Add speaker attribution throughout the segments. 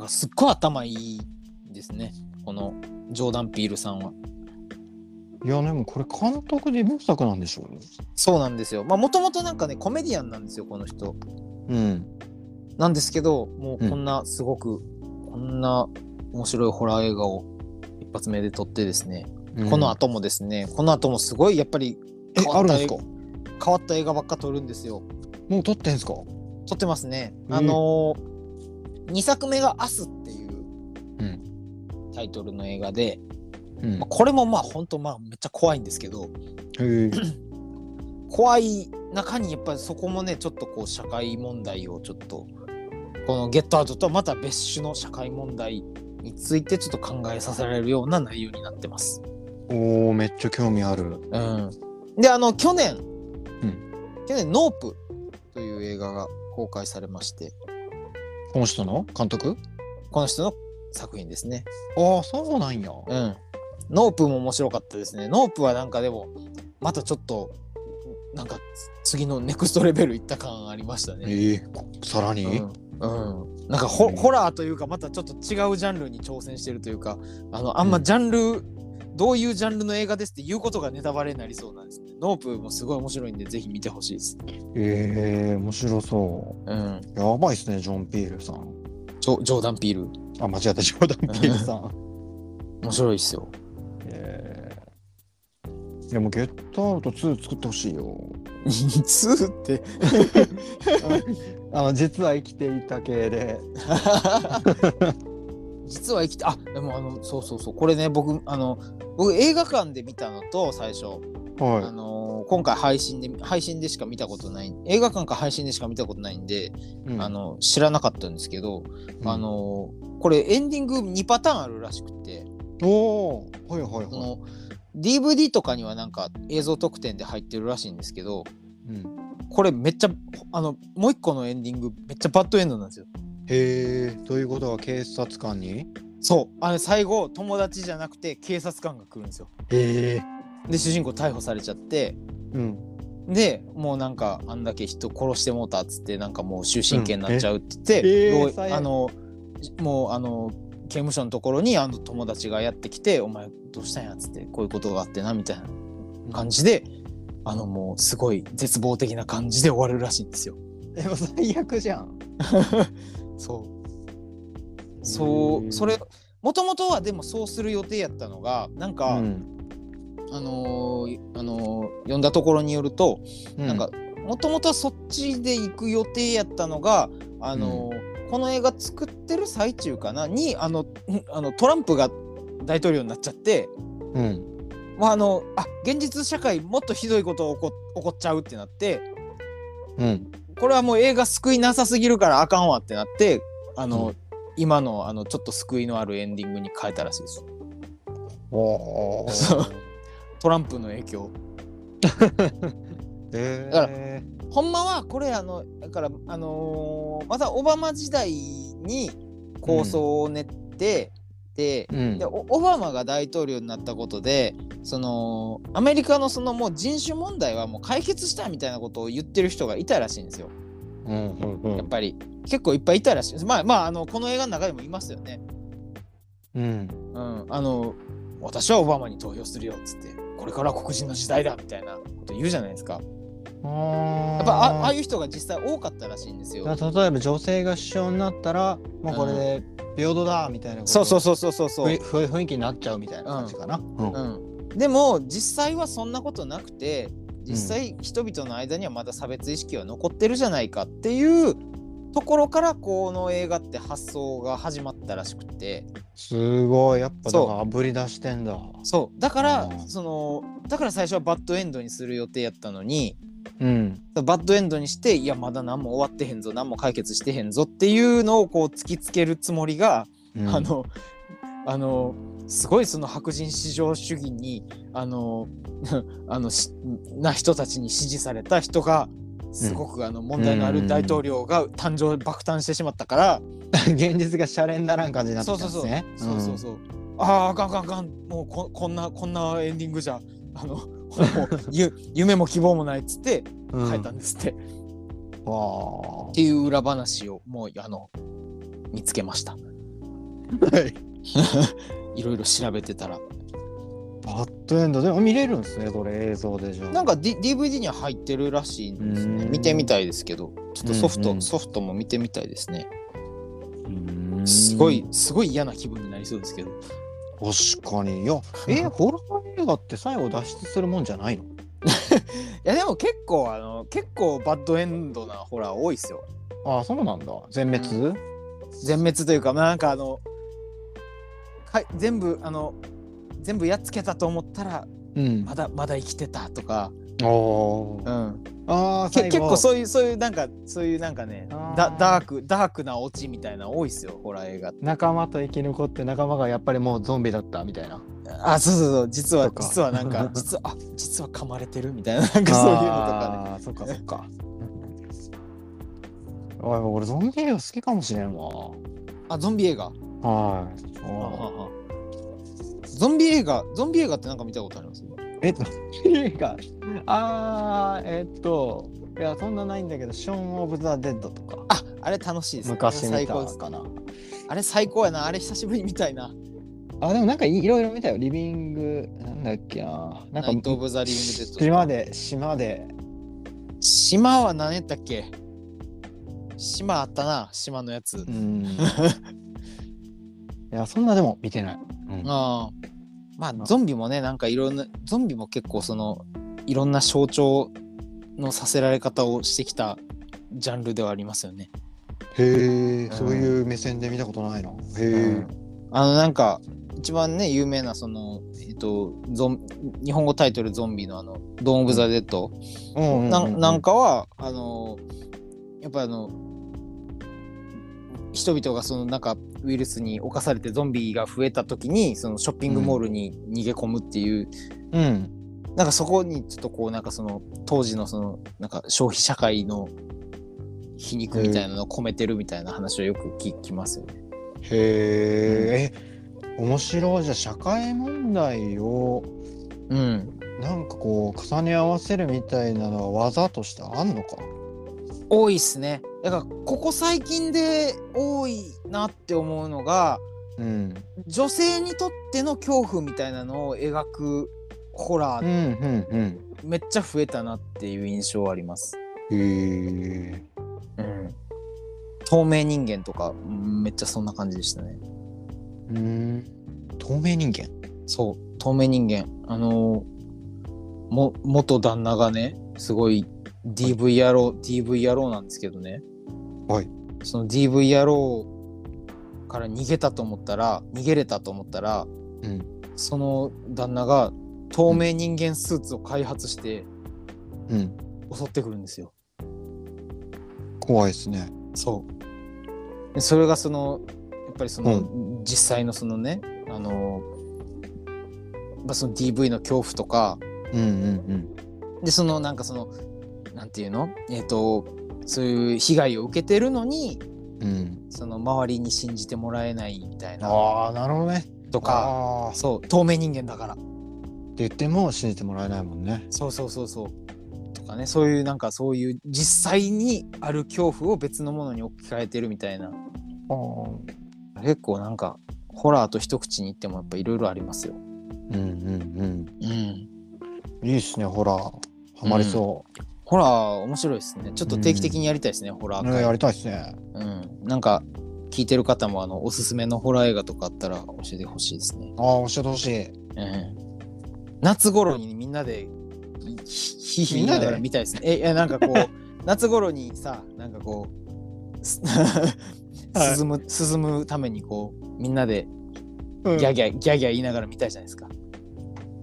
Speaker 1: かすっごい頭いいですねこのジョーダン・ピールさんはい
Speaker 2: やでもこれ監督デビュー作なんでしょ
Speaker 1: そうなんですよまあもともとなんかねコメディアンなんですよこの人
Speaker 2: うん
Speaker 1: なんですけども
Speaker 2: う
Speaker 1: うんこんなすごく、こんな面白いホラー映画を一発目で撮ってですね、この後もですねこの後もすごいやっぱり
Speaker 2: え
Speaker 1: 変わ
Speaker 2: あ
Speaker 1: っ
Speaker 2: るん
Speaker 1: た
Speaker 2: ですか
Speaker 1: 変わった映画ばっか撮るんですよ
Speaker 2: もう撮ってんすか
Speaker 1: 撮ってますね、
Speaker 2: うん
Speaker 1: あの2作目が「明日っていう
Speaker 2: うん
Speaker 1: タイトルの映画で、
Speaker 2: うん
Speaker 1: まあこれもまあ本当まあめっちゃ怖いんですけど
Speaker 2: へえ
Speaker 1: 怖い中にやっぱりそこもねちょっとこう社会問題をちょっとこの「ゲットアウト」とはまた別種の社会問題についてちょっと考えさせられるような内容になってます。
Speaker 2: おーめっちゃ興味ある
Speaker 1: うん、であの去年、
Speaker 2: ん
Speaker 1: 去年「ノープ」という映画が公開されまして
Speaker 2: この人の監督
Speaker 1: この人の作品ですね。
Speaker 2: ああそうなんや
Speaker 1: うん。ノープも面白かったですね。ノープはなんかでも、またちょっと、なんか次のネクストレベルいった感ありましたね。
Speaker 2: ええさらに
Speaker 1: うん。うんなんかホホラーというか、またちょっと違うジャンルに挑戦してるというか、あの、あんまジャンル、どういうジャンルの映画ですっていうことがネタバレになりそうなんですね。ノープもすごい面白いんで、ぜひ見てほしいです。
Speaker 2: ええ面白そ
Speaker 1: うん。
Speaker 2: うやばいっすねジョン・ピールさん
Speaker 1: ジョジョーダン・ピール。
Speaker 2: あ間違ったジョーダン・ピールさん
Speaker 1: 面白いっすよ。
Speaker 2: えー、でもゲットアウト2作ってほしいよ。
Speaker 1: 2って。
Speaker 2: あの実は生きていた系で。
Speaker 1: 実は生きてあでもあのそうそうそうこれね僕あの僕映画館で見たのと最初、あ
Speaker 2: は
Speaker 1: のー今回配信で配信でしか見たことない映画館か配信でしか見たことないんで、
Speaker 2: い。うん
Speaker 1: あ、の知らなかったんですけど、
Speaker 2: うん
Speaker 1: あ、のーこれエンディング2パターンあるらしくて
Speaker 2: おお、はいはい
Speaker 1: そ
Speaker 2: は
Speaker 1: の DVD とかにはなんか映像特典で入ってるらしいんですけど
Speaker 2: い。うん、
Speaker 1: これめっちゃあのもう一個のエンディングめっちゃバッドエンドなんですよ。
Speaker 2: へえ、ということは警察官に。
Speaker 1: そうあれ最後友達じゃなくて警察官が来るんですよ。
Speaker 2: へえ、
Speaker 1: で主人公逮捕されちゃって
Speaker 2: うん、
Speaker 1: でもうなんかあんだけ人殺してもうたっつってなんかもう終身刑になっちゃうって言って、
Speaker 2: うんええ
Speaker 1: 牢
Speaker 2: えー最悪
Speaker 1: あのもうあの刑務所のところにあの友達がやってきて「お前どうしたんや」っつってこういうことがあってなみたいな感じであのもうすごい絶望的な感じで終わるらしいんですよ。
Speaker 2: でも最悪じゃん。
Speaker 1: そうそ
Speaker 2: へ
Speaker 1: う
Speaker 2: え
Speaker 1: それもともとはでもそうする予定やったのがなんか、
Speaker 2: うん、
Speaker 1: あのーあのー読んだところによると、なんか、もともとはそっちで行く予定やったのが、あのこの映画作ってる最中かなにあのんあのトランプが大統領になっちゃって、
Speaker 2: うん、
Speaker 1: まあ、あのあ現実社会もっとひどいこと起こ起こっちゃうってなって
Speaker 2: うん、
Speaker 1: これはもう映画救いなさすぎるからあかんわってなってあの、今のあのちょっと救いのあるエンディングに変えたらしいです。
Speaker 2: おお。
Speaker 1: そうトランプの影響
Speaker 2: え
Speaker 1: だか
Speaker 2: えー、
Speaker 1: ほんまはこれあのだからあのーまたオバマ時代に構想を練って、で
Speaker 2: うん
Speaker 1: で、オオバマが大統領になったことでそのアメリカのそのもう人種問題はもう解決したみたいなことを言ってる人がいたらしいんですよ
Speaker 2: うん、うん、う
Speaker 1: やっ
Speaker 2: ん
Speaker 1: ぱり結構いっぱいいたらしいですまあまああのこの映画の中でもいますよね、
Speaker 2: うん、
Speaker 1: うん、あの私はオバマに投票するよっつってこれからは黒人の時代だみたいなこと言うじゃないですか
Speaker 2: あ
Speaker 1: やっぱあああいう人が実際多かったらしいんですよ
Speaker 2: だから例えば女性が首相になったらもうこれで平等だみたいなこと
Speaker 1: そうそうそうそうそうそう
Speaker 2: ふいふい雰囲気になっちゃうみたいな感じかな。うん
Speaker 1: うん、でも実際はそんなことなくて実際人々の間にはまだ差別意識は残ってるじゃないかっていうところからこの映画って発想が始まったらしくて
Speaker 2: すごいやっぱだ
Speaker 1: そう
Speaker 2: から炙り出してんだ。
Speaker 1: そうだから
Speaker 2: うん
Speaker 1: そのだから最初はバッドエンドにする予定やったのに
Speaker 2: うん。
Speaker 1: バッドエンドにしていやまだ何も終わってへんぞ何も解決してへんぞっていうのをこう突きつけるつもりが
Speaker 2: うん
Speaker 1: あのあのすごいその白人至上主義にあの あのしな人たちに支持された人がすごくあの問題のある大統領が誕生爆誕してしまったから、
Speaker 2: 現実がシャレにならん感じになって
Speaker 1: そう
Speaker 2: きた
Speaker 1: そ
Speaker 2: ん
Speaker 1: う
Speaker 2: で
Speaker 1: そう、
Speaker 2: すね。
Speaker 1: そうそうそうあーあかんあかんあかんもうここんなこんなエンディングじゃあの もうゆ夢も希望もないっつって
Speaker 2: うん。うん
Speaker 1: 変えたんですって、っ
Speaker 2: わあ
Speaker 1: ていう裏話をもうあの見つけました。
Speaker 2: はい。
Speaker 1: いろいろ調べてたら
Speaker 2: バッドエンドでも見れるんですね、それ映像でじゃあ。
Speaker 1: なんか、D、DVD には入ってるらしいんですね
Speaker 2: うん
Speaker 1: 見てみたいですけどちょっとソフト、
Speaker 2: うんうん
Speaker 1: ソフトも見てみたいですねすごい。すごい嫌な気分になりそうですけど
Speaker 2: 確かに。いや、え、ホラー映画って最後脱出するもんじゃないの
Speaker 1: いやでも結構あの結構バッドエンドなホラー多いですよ
Speaker 2: ああ、そうなんだ。全滅
Speaker 1: 全滅というかなんかあのかい全部あの全部やっつけたと思ったら
Speaker 2: うん。
Speaker 1: まだまだ生きてたとか、
Speaker 2: おー
Speaker 1: うん、
Speaker 2: ああ、
Speaker 1: け
Speaker 2: 最
Speaker 1: 結
Speaker 2: 後
Speaker 1: 構そういうそういうなんかそういうなんかね
Speaker 2: あー
Speaker 1: ダダークダークなオチみたいなの多いですよホラー映画って
Speaker 2: 仲間と生き残って仲間がやっぱりもうゾンビだったみたい な。
Speaker 1: あそうそうそう実
Speaker 2: そ
Speaker 1: は
Speaker 2: うか
Speaker 1: 実はなん か実はあ実は噛まれてるみたいななんかそういうのとかね
Speaker 2: あーそっかそっか。 あ俺ゾンビ映画好きかもしれんわ。
Speaker 1: あゾンビ映画
Speaker 2: はい。
Speaker 1: ゾンビ映画ゾンビ映画ってなんか見たことあります
Speaker 2: えっ と、映画。あー、えっと、いや、そんなないんだけど、ショーン・オブ・ザ・デッドとか、
Speaker 1: ああれ楽しいですね
Speaker 2: 昔見
Speaker 1: 最高で
Speaker 2: た
Speaker 1: す
Speaker 2: かな。
Speaker 1: あれ最高やなあれ久しぶりに見たいな
Speaker 2: あ、でもなんかいいろいろ見たよ。リビング、なんだっけな。なん
Speaker 1: ナ
Speaker 2: か
Speaker 1: イ、ト・オブ・ザ・リビング・デッド
Speaker 2: 島で、島で、
Speaker 1: 島は何やったっけ島あったな島のやつ、
Speaker 2: うーん。 いや、そんなでも見てない。うん
Speaker 1: ああまあゾンビもねなんかいろんなゾンビも結構そのいろんな象徴のさせられ方をしてきたジャンルではありますよね。
Speaker 2: へえ、そういう目線で見たことないな。へえ。
Speaker 1: あのなんか一番ね有名なそのえっとゾン日本語タイトルゾンビのあの「ドーン・オブ・ザ・デッド」
Speaker 2: うんうん
Speaker 1: な
Speaker 2: うんうん
Speaker 1: なんかはあのやっぱりあの人々がそのなんかウイルスに侵されてゾンビが増えた時にそのショッピングモールに逃げ込むっていう、
Speaker 2: うん。
Speaker 1: なんかそこにちょっとこうなんかその当時のそのなんか消費社会の皮肉みたいなのを込めてるみたいな話をよく聞きますよね。
Speaker 2: へえ。面白いじゃあ社会問題を
Speaker 1: うん、
Speaker 2: なんかこう重ね合わせるみたいなのは技としてあんのか
Speaker 1: 多いっすね。だからここ最近で多いなって思うのが
Speaker 2: うん
Speaker 1: 女性にとっての恐怖みたいなのを描くホラー
Speaker 2: うんうん
Speaker 1: めっちゃ増えたなっていう印象はあります。
Speaker 2: うんへえ
Speaker 1: 透明人間とかうんめっちゃそんな感じでしたね。
Speaker 2: うん透明人間
Speaker 1: そう透明人間あのーも元旦那がねすごい DV 野郎 DV 野郎なんですけどね。
Speaker 2: はい。
Speaker 1: その DV 野郎から逃げたと思ったら逃げれたと思ったら
Speaker 2: うん
Speaker 1: その旦那が透明人間スーツを開発して
Speaker 2: うん
Speaker 1: 襲ってくるんですよ。
Speaker 2: 怖いですね
Speaker 1: そうでそれがそのやっぱりその、実際のそのねあの、まあ、その DV の恐怖とか
Speaker 2: うんうん
Speaker 1: でそのなんかそのなんていうのえっ、とそういう被害を受けてるのに
Speaker 2: うんうん
Speaker 1: その周りに信じてもらえないみたいな
Speaker 2: ああなるほどね
Speaker 1: とか
Speaker 2: ああって
Speaker 1: そう透明人間だから
Speaker 2: 言っても信じてもらえないもんね
Speaker 1: そうそうそうそうとかねそういうなんかそういう実際にある恐怖を別のものに置き換えてるみたいな
Speaker 2: あ
Speaker 1: 結構なんかホラーと一口に言ってもやっぱいろいろありますよ。
Speaker 2: うんうん
Speaker 1: うん
Speaker 2: うんいいっすねほらハマりそ
Speaker 1: ホラー面白いですね。ちょっと定期的にやりたいですね、ホラ
Speaker 2: う、
Speaker 1: ー
Speaker 2: ね
Speaker 1: 会、
Speaker 2: やりたいっすね
Speaker 1: うん。なんか聞いてる方もあのおすすめのホラー映画とかあったら教えてほしいですね。
Speaker 2: ああ教えてほしい
Speaker 1: うん、夏頃にみんなでひひひ
Speaker 2: みんなで
Speaker 1: 言いがら見たいですね。えいやなんかこう 夏頃にさなんかこう す
Speaker 2: はい
Speaker 1: 進む進むためにこうみんなで
Speaker 2: うん
Speaker 1: ギャギャ、ギャギャ言いながら見たいじゃないですか。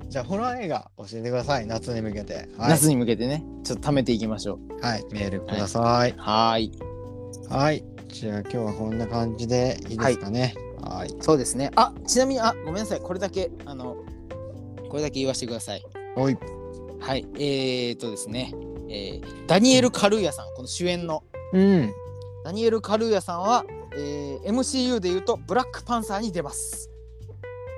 Speaker 2: じゃあホラー映画教えてください夏に向けてはい、
Speaker 1: 夏に向けてねちょっと貯めていきましょう。
Speaker 2: はい、メールください
Speaker 1: はーい。
Speaker 2: はいじゃあ今日はこんな感じでいいですかねはい
Speaker 1: そうですね。あちなみに、あごめんなさい、これだけ、あの、これだけ言わせてください。
Speaker 2: おい
Speaker 1: はい、えー、っとですね、えーダニエル・カルーヤさん、この主演の
Speaker 2: うん
Speaker 1: ダニエル・カルーヤさんは、えー MCU でいうと、ブラックパンサーに出ます。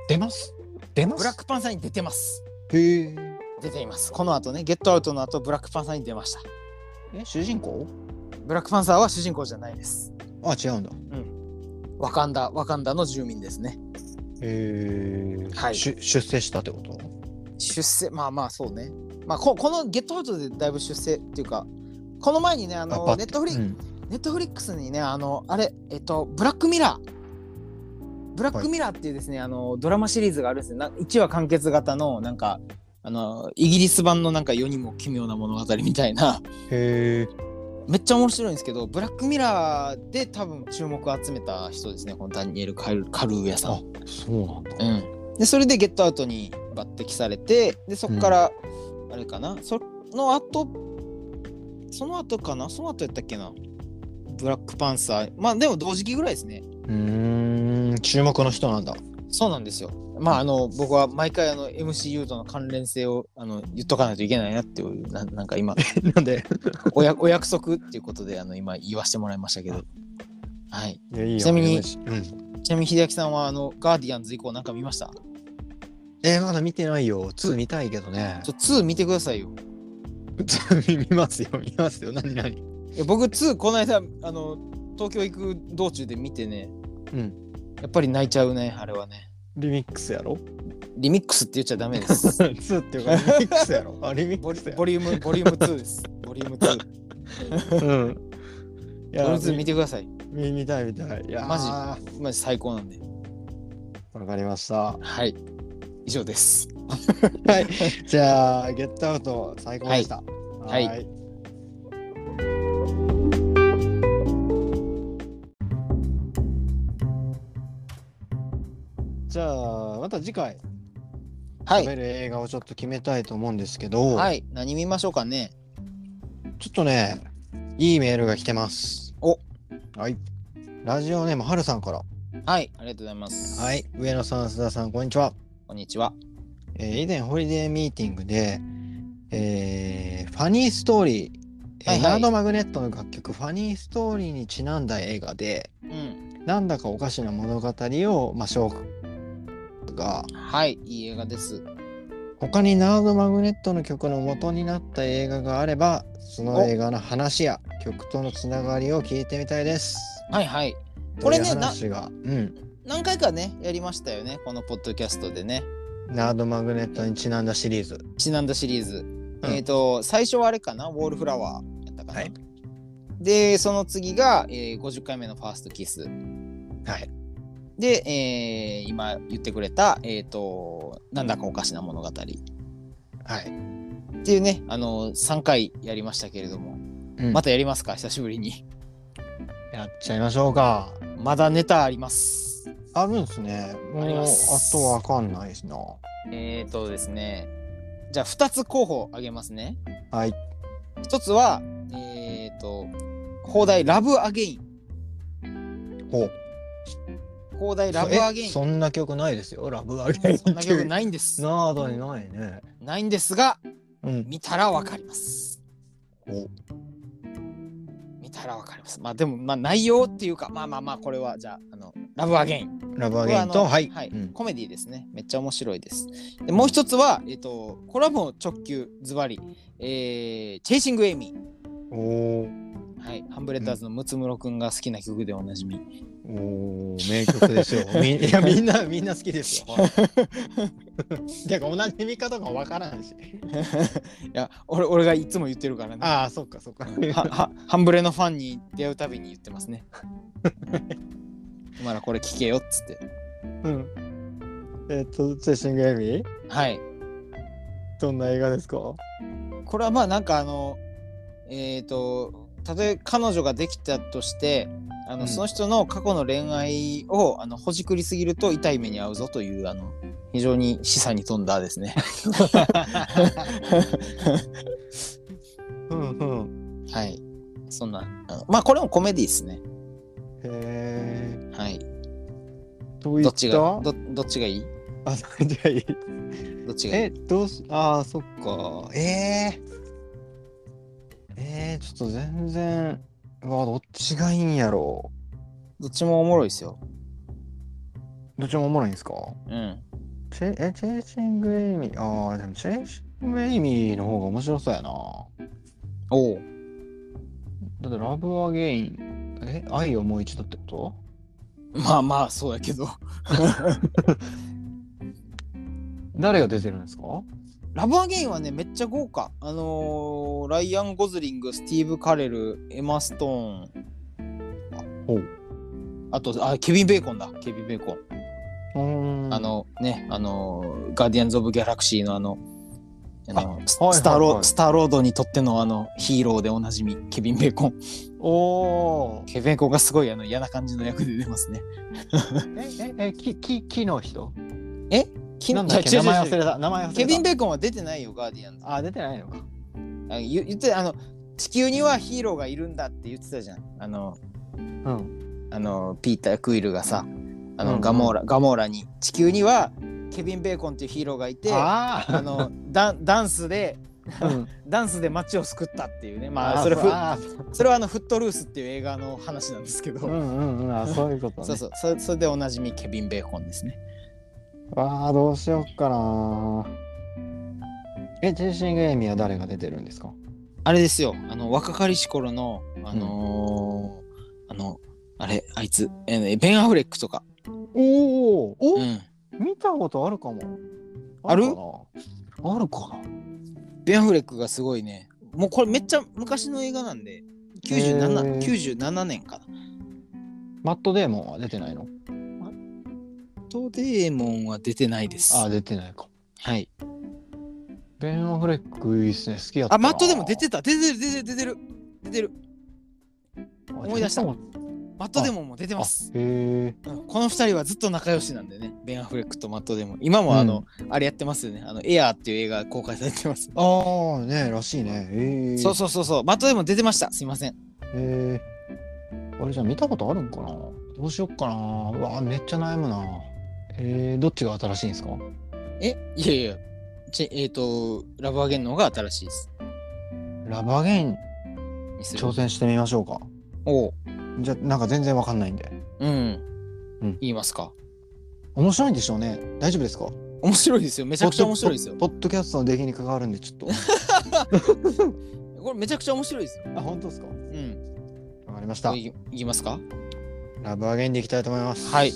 Speaker 2: 出ます出ま
Speaker 1: ブラックパンサーに出てます。
Speaker 2: へえ
Speaker 1: 出ています。この後ね、ゲットアウトの後、ブラックパンサーに出ました。
Speaker 2: え主人公
Speaker 1: ブラックパンサーは主人公じゃないです。
Speaker 2: あ違うんだ
Speaker 1: ワカンダワカンダの住民ですね
Speaker 2: えー
Speaker 1: はい
Speaker 2: し出世したってこと
Speaker 1: 出世まあまあそうねまあここのゲットアウトでだいぶ出世っていうかこの前にねあ
Speaker 2: あ
Speaker 1: の
Speaker 2: バ
Speaker 1: ネットフリ、
Speaker 2: うん
Speaker 1: ネットフリックスにねあのあれえっとブラックミラーブラックミラーっていうですね、あのドラマシリーズがあるんですねな1話完結型のなんかあのイギリス版のなんか世にも奇妙な物語みたいな
Speaker 2: へえ
Speaker 1: めっちゃ面白いんですけどブラックミラーで多分注目を集めた人ですねこのダニエル・カルカルーヤさん
Speaker 2: あ。そうなんだ、
Speaker 1: うん、でそれでゲットアウトに抜擢されてでそこから、あれかなその後その後かなその後やったっけなブラックパンサーまあでも同時期ぐらいですね
Speaker 2: うーん注目の人なんだ
Speaker 1: そうなんですよまああの僕は毎回あの MCU との関連性をあの言っとかないといけないなっていうななんか今
Speaker 2: なんで
Speaker 1: お やお約束っていうことであの今言わせてもらいましたけどはい
Speaker 2: いやいいよ
Speaker 1: ちなみに
Speaker 2: うん、
Speaker 1: ちなみに秀明さんはあのガーディアンズ以降なんか見ました
Speaker 2: えーまだ見てないよ2見たいけどね
Speaker 1: ちょ2見てくださいよ
Speaker 2: 2見ますよ見ますよ何何
Speaker 1: いや僕2この間あの東京行く道中で見てね
Speaker 2: うん
Speaker 1: やっぱり泣いちゃうねあれはね
Speaker 2: リミックスや ろ
Speaker 1: リミックスって言っちゃダメです
Speaker 2: 2っていうかリミックスやろあリミッ
Speaker 1: ボ
Speaker 2: ク
Speaker 1: リ
Speaker 2: スや
Speaker 1: ボリュームボリューム2ですボリューム2ボ
Speaker 2: うんい
Speaker 1: リュー
Speaker 2: や
Speaker 1: ム2見てください
Speaker 2: 見見たい見たいいやー
Speaker 1: マジマジ最高なんで
Speaker 2: わかりました
Speaker 1: はい以上です
Speaker 2: はい じゃあゲットアウト最高でした
Speaker 1: い
Speaker 2: ーじゃあまた次回
Speaker 1: は
Speaker 2: 食べ
Speaker 1: い
Speaker 2: る映画をちょっと決めたいと思うんですけど、
Speaker 1: はい何見ましょうかね
Speaker 2: ちょっとねいいメールが来てます
Speaker 1: お
Speaker 2: はいラジオネームはるさんから
Speaker 1: はいありがとうございます
Speaker 2: はい上野さん須田さんこんにちは、
Speaker 1: こんにちは
Speaker 2: えー以前ホリデーミーティングで、えーファニーストーリーえー
Speaker 1: はいはい
Speaker 2: ナードマグネットの楽曲「ファニーストーリー」にちなんだ映画で
Speaker 1: うん
Speaker 2: なんだかおかしな物語を、まあ、紹介が
Speaker 1: はいいい映画です
Speaker 2: 他にナードマグネットの曲の元になった映画があればその映画の話や曲とのつながりを聞いてみたいです。
Speaker 1: はいはいこれね
Speaker 2: という話が、うん、
Speaker 1: 何回かねやりましたよねこのポッドキャストでね
Speaker 2: ナードマグネットにちなんだシリーズ。
Speaker 1: ちなんだシリーズ、えっ、と最初はあれかな「ウォールフラワー」やったかな、
Speaker 2: はい
Speaker 1: でその次が、えー50回目の「ファーストキス
Speaker 2: はい。」
Speaker 1: で、えー今言ってくれた、えーと「なんだかおかしな物語」って
Speaker 2: はい。
Speaker 1: いうねあの3回やりましたけれども
Speaker 2: うん
Speaker 1: またやりますか久しぶりに
Speaker 2: やっちゃいましょうか。
Speaker 1: まだネタあります
Speaker 2: あるんですね。も
Speaker 1: あ
Speaker 2: う
Speaker 1: り
Speaker 2: あ
Speaker 1: ます
Speaker 2: とわかんないですな。
Speaker 1: えっ、とですねじゃあ2つ候補あげますね
Speaker 2: はい。
Speaker 1: 1つはえっ、と放題「ラブ・アゲイン
Speaker 2: ほう。」
Speaker 1: 放題「ラブ・アゲイ
Speaker 2: え
Speaker 1: ン」
Speaker 2: そんな曲ないですよ。ラブアゲイン。
Speaker 1: そんな曲ないんです
Speaker 2: ナードにないね。
Speaker 1: ないんですが
Speaker 2: うん。
Speaker 1: 見たらわかります
Speaker 2: ほ
Speaker 1: 見たらわかりますまあでもまあ内容っていうかまあまあまあこれはじゃああのラブアゲイン
Speaker 2: うラブア
Speaker 1: こ
Speaker 2: ゲ
Speaker 1: れは
Speaker 2: イ
Speaker 1: あ
Speaker 2: ン
Speaker 1: の
Speaker 2: とはい。
Speaker 1: はい
Speaker 2: うん
Speaker 1: コメディですねめっちゃ面白いですでもう一つはえっ、とこれはもう直球ズバリえーチェイシングエイミ
Speaker 2: おー
Speaker 1: ーはいハンブレターズのムツムロくんが好きな曲でおなじみ
Speaker 2: おー名曲ですよ。み いやみんなみんな好きですよ。 てか同じ見方がわからんし。
Speaker 1: いや俺俺がいつも言ってるからね
Speaker 2: ああそっかそっか。
Speaker 1: ははハンブレのファンに出会うたびに言ってます ねお前らこれ聞けよっつって
Speaker 2: うん。えっとチェイシングエミ
Speaker 1: はい
Speaker 2: どんな映画ですか？
Speaker 1: これはまあなんかあのえっ、とたとえ彼女ができたとしてあの、
Speaker 2: うん
Speaker 1: その人の過去の恋愛をあのほじくりすぎると痛い目に遭うぞというあの非常に示唆に富んだです ね。
Speaker 2: うんうん。
Speaker 1: はいそんなあのまあこれもコメディですね。
Speaker 2: へえ。
Speaker 1: はい
Speaker 2: どうい
Speaker 1: ど
Speaker 2: っ
Speaker 1: っち
Speaker 2: た？
Speaker 1: がどどっちがいい
Speaker 2: あじゃあいい。
Speaker 1: どっちがいい
Speaker 2: えどうすああそっか。ええ。えー、ちょっと全然。うわどっちがいいんやろ
Speaker 1: どっちもおもろいですよ。
Speaker 2: う。どっちもおもろいんですか？
Speaker 1: うん
Speaker 2: チェえチェイシング・エイミーああでもチェイシング・エイミーの方が面白そうやな
Speaker 1: おお
Speaker 2: だってラブ・アゲインえ愛をもう一度ってこと
Speaker 1: まあまあそうやけど
Speaker 2: 誰が出てるんですか
Speaker 1: ラブアゲインはねめっちゃ豪華あのーライアン・ゴズリングスティーブ・カレルエマ・ストーン
Speaker 2: ほう
Speaker 1: あとあケビン・ベーコンだケビン・ベーコン、
Speaker 2: うん
Speaker 1: あのねあのーガーディアンズ・オブ・ギャラクシーのあのあのス
Speaker 2: はいはいはい
Speaker 1: スターロースターロードにとってのあのヒーローでおなじみケビン・ベーコン
Speaker 2: おー
Speaker 1: ケビン・ベーコンがすごいあの嫌な感じの役で出ますね
Speaker 2: えええ木木木の人
Speaker 1: き
Speaker 2: なんだっけ
Speaker 1: 違う違
Speaker 2: 名
Speaker 1: う違う
Speaker 2: 前忘れた名前忘れた
Speaker 1: ケビン・ベーコンは出てないよガーディアンズ
Speaker 2: あ出てないのか
Speaker 1: あ言言ってあの地球にはヒーローがいるんだって言ってたじゃんあの
Speaker 2: うん
Speaker 1: あのピーター・クイルがさあ
Speaker 2: うん
Speaker 1: の、
Speaker 2: うん
Speaker 1: ガモーラガモーラに地球にはケビン・ベーコンっていうヒーローがいてあ
Speaker 2: あー
Speaker 1: のダンダンスで
Speaker 2: うん
Speaker 1: ダンスで街を救ったっていうねま
Speaker 2: あ
Speaker 1: あそれふ
Speaker 2: あ
Speaker 1: それはあのフットルースっていう映画の話なんですけど、
Speaker 2: うんうんうんあそういうことね
Speaker 1: そうそうそそれでおなじみケビン・ベーコンですね
Speaker 2: わあどうしよっかなえチェーシング・エイミーは誰が出てるんですか
Speaker 1: あれですよあの若かりし頃のあのーあのあれあいつえーベン・アフレックとか、
Speaker 2: おーお、
Speaker 1: うん、
Speaker 2: 見たことあるかも
Speaker 1: ある
Speaker 2: かなあるかな
Speaker 1: ベン・アフレックがすごいねもうこれめっちゃ昔の映画なんで97
Speaker 2: へー
Speaker 1: 97年かな
Speaker 2: マット・デーモンは出てないの
Speaker 1: とデーモンは出てないです。
Speaker 2: あ出てないか
Speaker 1: はい。
Speaker 2: ベン・アフレックいいですね好きやった
Speaker 1: あ、
Speaker 2: な
Speaker 1: マットでも出てた。出てる、出てる、出てる。出てる。
Speaker 2: あ
Speaker 1: 思い出した
Speaker 2: 出て
Speaker 1: マットでもも出てます。
Speaker 2: たもんへえ
Speaker 1: うんこの二人はずっと仲良しなんでね。ベン・アフレックとマットでも。今もあの、あれやってますよね。あの、エアーっていう映画公開されてます。
Speaker 2: ああねらしいねへえ
Speaker 1: そうそうそうそう。マットでも出てました。すいません。
Speaker 2: へえあれじゃあ見たことあるんかなどうしよっかなうわめっちゃ悩むなえー、どっちが新しいんですか
Speaker 1: えいやいや。ちえっ、と、ラブアゲンの方が新しいです。
Speaker 2: ラブアゲイン
Speaker 1: ミスル
Speaker 2: 挑戦してみましょうか
Speaker 1: おう。
Speaker 2: じゃあなんか全然わかんないんで
Speaker 1: うん。
Speaker 2: うん
Speaker 1: 言いますか。
Speaker 2: 面白いんでしょうね大丈夫ですかめ
Speaker 1: 面白いですよ。めちゃくちゃ面白いですよ。
Speaker 2: ポッドキャストの出来に関わるんでちょっ と
Speaker 1: これめちゃくちゃ面白いですよ。
Speaker 2: あ本当ですか
Speaker 1: うん。
Speaker 2: わかりました
Speaker 1: い言いますか
Speaker 2: ラブアゲインでいきたいと思います
Speaker 1: はい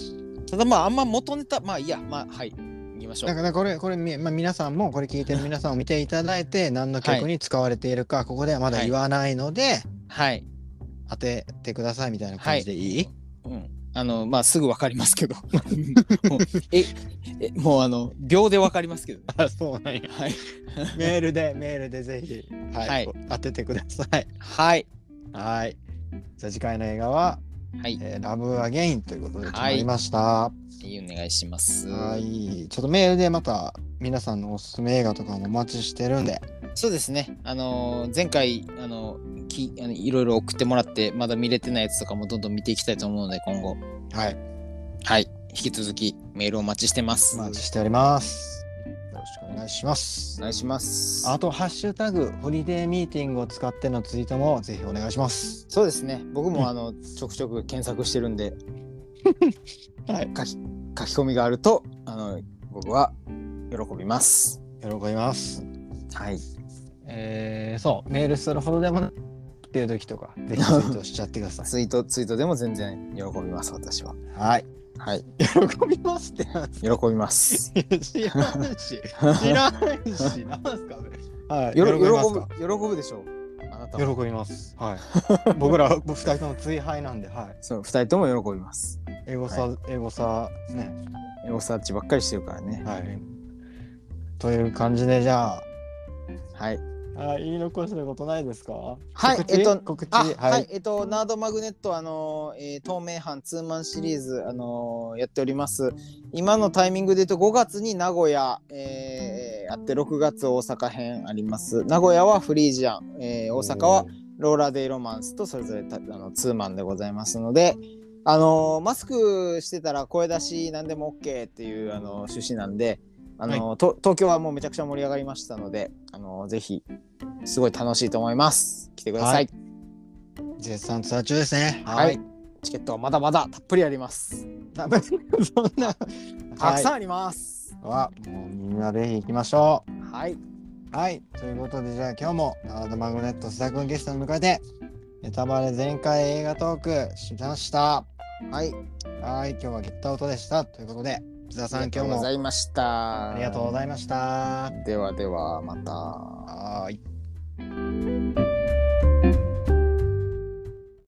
Speaker 1: ただまああんま元ネタまあいいやまあはい言いましょ
Speaker 2: だ
Speaker 1: う
Speaker 2: からこれこれ、みまあ、皆さんもこれ聞いてる皆さんを見ていただい て何の曲に使われているかここではまだ言わないので、
Speaker 1: はい
Speaker 2: 当ててくださいみたいな感じでいい、
Speaker 1: うんあのまあすぐわかりますけ どもうええもうあの秒でわかりますけどね
Speaker 2: あそうなんや
Speaker 1: はい
Speaker 2: メール でメールでぜひ、はい
Speaker 1: はい
Speaker 2: 当ててください
Speaker 1: はい
Speaker 2: はいじゃあ次回の映画は、
Speaker 1: はい
Speaker 2: えーラブアゲインということで決まりました、はい
Speaker 1: お願いします
Speaker 2: いちょっとメールでまた皆さんのおすすめ映画とかもお待ちしてるんで
Speaker 1: そうですねあの前回あのきあのいろいろ送ってもらってまだ見れてないやつとかもどんどん見ていきたいと思うので今後
Speaker 2: はい
Speaker 1: はい引き続きメールお待ちしてます
Speaker 2: お
Speaker 1: お
Speaker 2: 待ちしておりますよろしくお願いします
Speaker 1: 願いします
Speaker 2: あと「ハッシュタグホリデーミーティング」を使ってのツイートもぜひお願いします
Speaker 1: そうですね僕
Speaker 2: うん
Speaker 1: もあのちょくちょく検索してるんで
Speaker 2: はい
Speaker 1: 書き書き込みがあるとあの僕は喜びます。
Speaker 2: 喜びます
Speaker 1: はい。
Speaker 2: えー、そうメールするほどでもなっていう時とかぜひツイートしちゃってください
Speaker 1: ツイートツイートでも全然喜びます私は。
Speaker 2: はい。
Speaker 1: はい。
Speaker 2: 喜びますってなん す
Speaker 1: 喜びます。
Speaker 2: 知らんし、知らんし、なんすかね。はい。
Speaker 1: よろ喜
Speaker 2: か
Speaker 1: ぶ喜ぶでしょう。あなたは。
Speaker 2: 喜びます。 はい。僕ら僕二人とも追敗なんで、はい。
Speaker 1: そう二人とも喜びます。
Speaker 2: エゴサ、エゴサね。
Speaker 1: エゴサーチばっかりしてるからね。
Speaker 2: はい。という感じでじゃあ、
Speaker 1: はい。
Speaker 2: あ言い残したことないですか。
Speaker 1: はい
Speaker 2: 告知
Speaker 1: えっと
Speaker 2: 告知
Speaker 1: あはい、
Speaker 2: はい。
Speaker 1: えっとナードマグネットあのーえー透明版ツーマンシリーズあのーやっております今のタイミングで言うと5月に名古屋、えーあって6月大阪編あります名古屋はフリージアン、えー大阪はローラーデイロマンスとそれぞれたあのツーマンでございますので、あのマスクしてたら声出し何でも OK っていう、あの趣旨なんで、あのと東京はもうめちゃくちゃ盛り上がりましたので、あのぜひすごい楽しいと思います。来てください。
Speaker 2: はい絶賛ツアー中ですね。
Speaker 1: はい。チケットはまだまだたっぷりあります。
Speaker 2: 多分 そんな。
Speaker 1: たくさん
Speaker 2: ん。
Speaker 1: あります。
Speaker 2: はもうみんなぜひ行きましょう。
Speaker 1: はい。
Speaker 2: はい、ということで、じゃあ今日もナードマグネット須田君ゲストに迎えて、ネタバレ全開映画トークしました。
Speaker 1: はい。
Speaker 2: はい、今日はゲッタウトでした。ということで、津田さ
Speaker 1: あり
Speaker 2: ん、今
Speaker 1: がと
Speaker 2: 日
Speaker 1: うござ
Speaker 2: も
Speaker 1: いました。
Speaker 2: ありがとうございました。
Speaker 1: ではではまた。
Speaker 2: はーい。